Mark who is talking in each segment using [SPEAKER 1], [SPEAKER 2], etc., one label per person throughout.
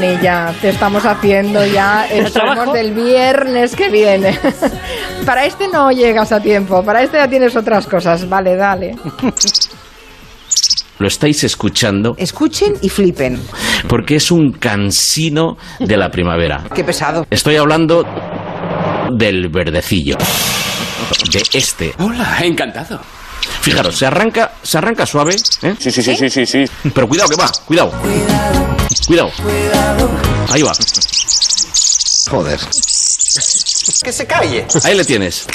[SPEAKER 1] Danilla, te estamos haciendo ya el somos del viernes que viene. para este no llegas a tiempo, para este ya tienes otras cosas. Vale, dale.
[SPEAKER 2] Lo estáis escuchando
[SPEAKER 3] Escuchen y flipen.
[SPEAKER 2] porque es un cansino de la primavera.
[SPEAKER 3] Qué pesado.
[SPEAKER 2] Estoy hablando del verdecillo. De este.
[SPEAKER 4] Hola, encantado.
[SPEAKER 2] Fijaros, se arranca, se arranca suave, ¿eh?
[SPEAKER 4] Sí, sí, sí, sí, sí, sí.
[SPEAKER 2] Pero cuidado que va, cuidado. Cuidado. Ahí va.
[SPEAKER 5] Joder.
[SPEAKER 6] Que se calle.
[SPEAKER 2] Ahí le tienes.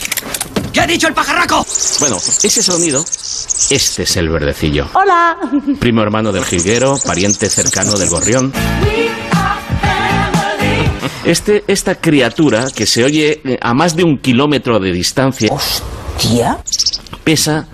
[SPEAKER 6] ¿Qué ha dicho el pajarraco?
[SPEAKER 2] Bueno, ese sonido, este es el verdecillo.
[SPEAKER 7] Hola.
[SPEAKER 2] Primo hermano del jilguero, pariente cercano del gorrión. Este, esta criatura que se oye eh, a más de un kilómetro de distancia
[SPEAKER 6] ¿Tía?
[SPEAKER 2] pesa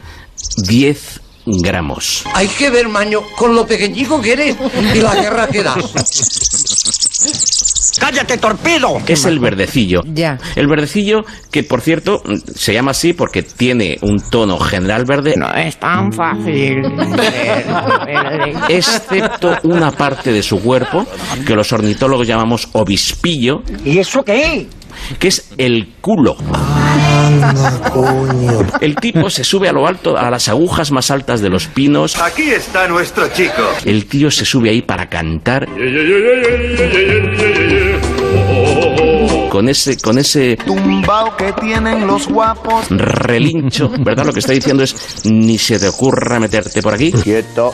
[SPEAKER 2] 10 gramos.
[SPEAKER 8] Hay que ver, Maño, con lo pequeñico que eres y la guerra que das.
[SPEAKER 6] ¡Cállate, torpedo!
[SPEAKER 2] Es el verdecillo.
[SPEAKER 3] Ya.
[SPEAKER 2] El verdecillo que, por cierto, se llama así porque tiene un tono general verde,
[SPEAKER 3] es tan fácil.
[SPEAKER 2] excepto una parte de su cuerpo que los ornitólogos llamamos obispillo,
[SPEAKER 6] ¿Y eso qué?
[SPEAKER 2] que es el culo. El tipo se sube a lo alto, a las agujas más altas de los pinos.
[SPEAKER 9] Aquí está nuestro chico.
[SPEAKER 2] El tío se sube ahí para cantar. Con ese, con ese
[SPEAKER 9] Tumbao que tienen los guapos.
[SPEAKER 2] relincho, ¿verdad? Lo que está diciendo es, ni se te ocurra meterte por aquí,
[SPEAKER 5] Quieto,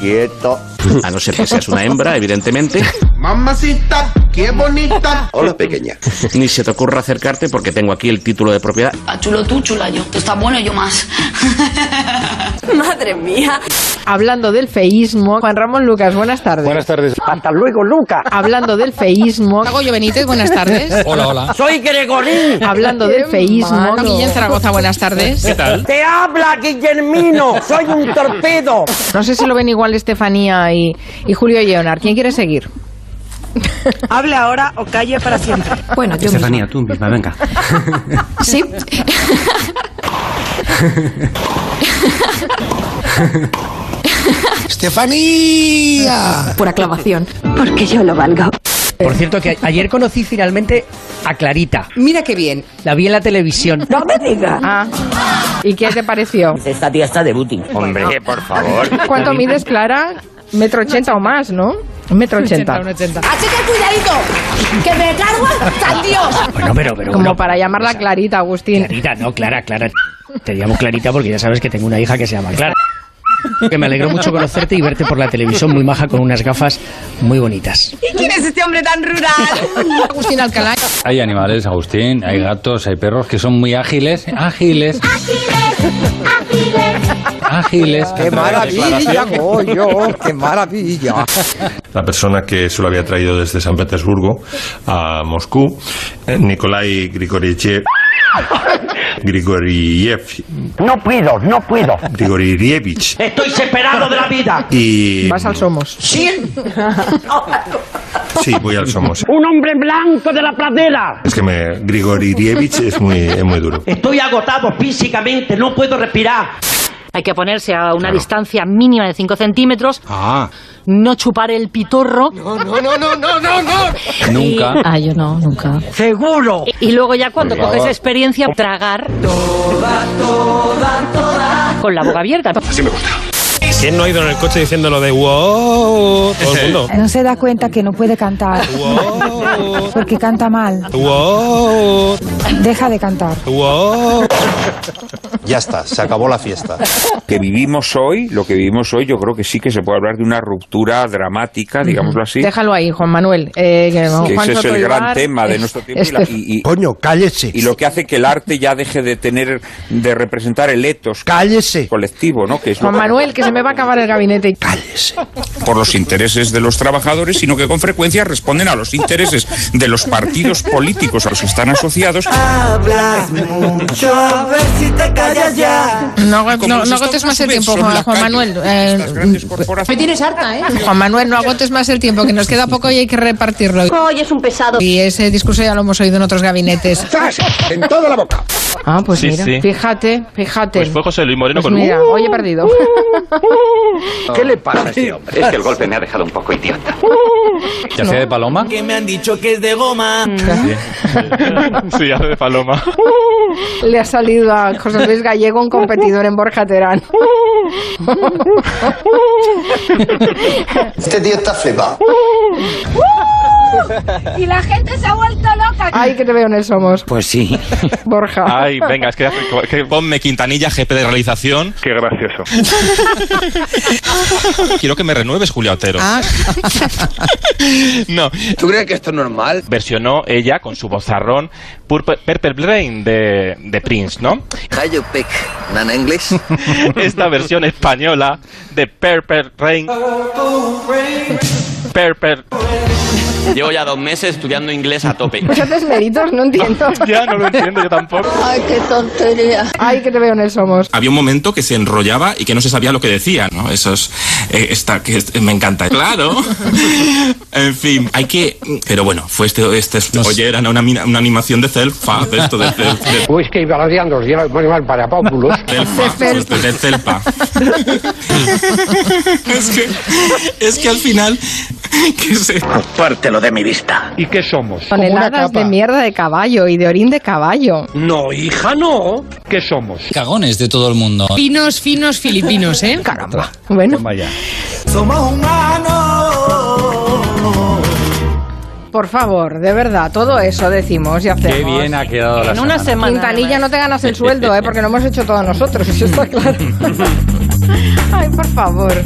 [SPEAKER 5] quieto.
[SPEAKER 2] a no ser que seas una hembra, evidentemente,
[SPEAKER 9] Mamacita, qué bonita.
[SPEAKER 5] Hola, pequeña.
[SPEAKER 2] ni se te ocurra acercarte porque tengo aquí el título de propiedad.
[SPEAKER 7] chulo tú, chula yo. Tú estás bueno y yo más. Madre mía.
[SPEAKER 1] Hablando del feísmo, Juan Ramón Lucas, buenas tardes.
[SPEAKER 10] Buenas tardes.
[SPEAKER 6] Hasta luego, Luca.
[SPEAKER 1] Hablando del feísmo,
[SPEAKER 11] Goyo Benítez, buenas tardes.
[SPEAKER 10] Hola, hola.
[SPEAKER 6] Soy Gregorín.
[SPEAKER 1] hablando del feísmo,
[SPEAKER 11] Guillén Zaragoza, buenas tardes.
[SPEAKER 10] ¿Qué tal?
[SPEAKER 6] Te habla Guillermino. Soy un torpedo.
[SPEAKER 1] no sé si lo ven igual Estefanía y, y Julio Leonard. ¿Quién quiere seguir?
[SPEAKER 3] Habla ahora o calla para siempre.
[SPEAKER 11] Bueno, yo
[SPEAKER 4] Estefanía, tú misma, venga.
[SPEAKER 11] sí.
[SPEAKER 5] Estefanía.
[SPEAKER 11] Por aclamación.
[SPEAKER 6] Por cierto, que ayer conocí finalmente a Clarita.
[SPEAKER 3] Mira qué bien.
[SPEAKER 6] La vi en la televisión.
[SPEAKER 3] No me digas.
[SPEAKER 1] Ah, ¿y qué te pareció?
[SPEAKER 6] Esta tía está de booty. Hombre, por favor.
[SPEAKER 1] ¿Cuánto mides, Clara? Metro ochenta o más, ¿no? Metro ochenta.
[SPEAKER 7] Así que cuidadito, que me cargo hasta Dios.
[SPEAKER 6] Bueno, pero, pero.
[SPEAKER 1] Como
[SPEAKER 6] bueno,
[SPEAKER 1] para llamarla
[SPEAKER 6] esa-
[SPEAKER 1] Clarita, Agustín.
[SPEAKER 6] Clarita, no, Clara, Clara. Te llamo Clarita porque ya sabes que tengo una hija que se llama Clara. Que me alegró mucho conocerte y verte por la televisión muy maja con unas gafas muy bonitas.
[SPEAKER 3] ¿Y quién es este hombre tan rural?
[SPEAKER 11] Agustín Alcalá.
[SPEAKER 10] Hay animales, Agustín, hay gatos, hay perros que son muy ágiles. Ágiles. Ágiles. Ágiles.
[SPEAKER 5] ¡Qué maravilla, Goyo! ¡Qué maravilla!
[SPEAKER 9] La persona que se lo había traído desde San Petersburgo a Moscú, eh, Nikolai Grigoriev. Grigoriev.
[SPEAKER 6] No puedo, no puedo.
[SPEAKER 9] Grigorievich.
[SPEAKER 6] Estoy separado de la vida.
[SPEAKER 9] Y.
[SPEAKER 1] Vas al Somos.
[SPEAKER 9] Sí, voy al Somos.
[SPEAKER 6] Un hombre blanco de la pradera.
[SPEAKER 9] Es que me. Grigorievich es muy, es muy duro.
[SPEAKER 6] Estoy agotado físicamente, no puedo respirar.
[SPEAKER 7] Hay que ponerse a una distancia mínima de 5 centímetros,
[SPEAKER 10] Ah,
[SPEAKER 7] no chupar el pitorro.
[SPEAKER 10] nunca.
[SPEAKER 7] Ah, yo no, nunca.
[SPEAKER 6] Seguro.
[SPEAKER 7] Y luego ya cuando coges experiencia, tragar. Con la boca abierta.
[SPEAKER 4] ¿Quién no ha ido en el coche diciendo lo de wow? Todo el mundo.
[SPEAKER 7] No se da cuenta que no puede cantar
[SPEAKER 4] Wow,
[SPEAKER 7] porque canta mal.
[SPEAKER 4] wow,
[SPEAKER 7] Deja de cantar.
[SPEAKER 4] wow.
[SPEAKER 5] Ya está, se acabó la fiesta.
[SPEAKER 4] Que vivimos hoy, lo que vivimos hoy, yo creo que sí que se puede hablar de una ruptura dramática, digámoslo así.
[SPEAKER 1] Déjalo ahí, Juan Manuel. Eh, que
[SPEAKER 4] Que
[SPEAKER 1] Juan
[SPEAKER 4] ese es
[SPEAKER 1] Soto
[SPEAKER 4] el
[SPEAKER 1] Ibar,
[SPEAKER 4] gran tema de
[SPEAKER 1] es-
[SPEAKER 4] nuestro tiempo y,
[SPEAKER 1] es-
[SPEAKER 4] la- y- y-
[SPEAKER 5] Coño, cállese.
[SPEAKER 4] y lo que hace que el arte ya deje de tener, de representar el etos
[SPEAKER 5] Cállese.
[SPEAKER 4] colectivo, ¿no? Que es lo
[SPEAKER 1] Juan
[SPEAKER 4] que-
[SPEAKER 1] Manuel, que se me va a acabar el gabinete.
[SPEAKER 5] Cállese.
[SPEAKER 4] por los intereses de los trabajadores, sino que con frecuencia responden a los intereses de los partidos políticos a los que están asociados.
[SPEAKER 11] No, no,
[SPEAKER 4] Como los
[SPEAKER 11] no agotes
[SPEAKER 4] estados
[SPEAKER 11] más el
[SPEAKER 4] a su vez
[SPEAKER 11] tiempo,
[SPEAKER 4] son
[SPEAKER 11] Juan,
[SPEAKER 4] la
[SPEAKER 11] Juan
[SPEAKER 4] calle
[SPEAKER 11] Manuel.
[SPEAKER 4] de estas grandes
[SPEAKER 11] Eh,
[SPEAKER 4] corporaciones.
[SPEAKER 11] harta, ¿eh?
[SPEAKER 1] Juan Manuel, no
[SPEAKER 11] No agotes más el tiempo, que nos queda poco y hay que repartirlo.
[SPEAKER 7] Hoy es un pesado.
[SPEAKER 11] Y ese discurso ya lo hemos oído en otros gabinetes.
[SPEAKER 5] ¡Zas! En toda la boca.
[SPEAKER 1] Ah, pues
[SPEAKER 4] Sí,
[SPEAKER 1] mira.
[SPEAKER 4] sí.
[SPEAKER 1] Fíjate, fíjate.
[SPEAKER 4] Pues fue José Luis Moreno
[SPEAKER 1] Pues
[SPEAKER 4] con un-
[SPEAKER 1] mira, hoy he perdido.
[SPEAKER 8] ¿Qué le pasa a este hombre?
[SPEAKER 6] Es que el golpe me ha dejado un poco idiota.
[SPEAKER 4] ¿Ya sea de paloma?
[SPEAKER 6] Que me han dicho que es de goma.
[SPEAKER 11] Sí, hace de paloma.
[SPEAKER 1] Le ha salido a José Luis Gallego un competidor en Borja Terán.
[SPEAKER 8] Este tío está flipado.
[SPEAKER 1] ¡Uh! Y la gente se ha vuelto loca. Ay, que te veo en el Somos.
[SPEAKER 12] Pues sí.
[SPEAKER 1] Borja.
[SPEAKER 11] Ay, venga, es que, que ponme Quintanilla, jefe de realización. Qué gracioso. Quiero que me renueves, Julia Otero. No.
[SPEAKER 8] ¿Tú crees que esto es normal?
[SPEAKER 11] Versionó ella con su vozarrón Purple- Purple Brain de, de Prince, ¿no?
[SPEAKER 8] Cayo Peck, ¿en inglés?
[SPEAKER 11] Esta versión española de Purple Rain. Purple.
[SPEAKER 6] Llevo ya dos meses estudiando inglés a tope.
[SPEAKER 1] ¿Vosotros meritos? Pues No entiendo.
[SPEAKER 11] ya, no lo entiendo yo tampoco.
[SPEAKER 1] Ay, qué tontería. Ay, que te veo en el Somos.
[SPEAKER 13] Había un momento que se enrollaba y que no se sabía lo que decía, ¿no? Eso es, eh, está, que es- me encanta. Claro. En fin, hay que... Pero bueno, fue este... este, este- oye, era una, mina- una animación de Celfa, de esto, de, de- de-
[SPEAKER 12] Whisky baladeando los hielos muy mal para pópulos.
[SPEAKER 13] Celpa, de Celpa. Es que, es que al final, ¿qué sé?
[SPEAKER 8] Pártelo de mi vista.
[SPEAKER 11] ¿Y qué somos?
[SPEAKER 1] Toneladas de mierda de caballo y de orín de caballo.
[SPEAKER 4] No, hija, no. ¿Qué somos? Cagones de todo el mundo.
[SPEAKER 14] Finos, finos filipinos, ¿eh?
[SPEAKER 1] Caramba. Bueno,
[SPEAKER 4] Vaya.
[SPEAKER 8] Somos humanos.
[SPEAKER 1] por favor, de verdad, todo eso decimos y hacemos.
[SPEAKER 4] Qué bien
[SPEAKER 11] ah.
[SPEAKER 4] ha quedado la
[SPEAKER 1] Quintanilla, no te ganas el sueldo, ¿eh? porque lo hemos hecho todos nosotros, eso está claro. Ay, por favor.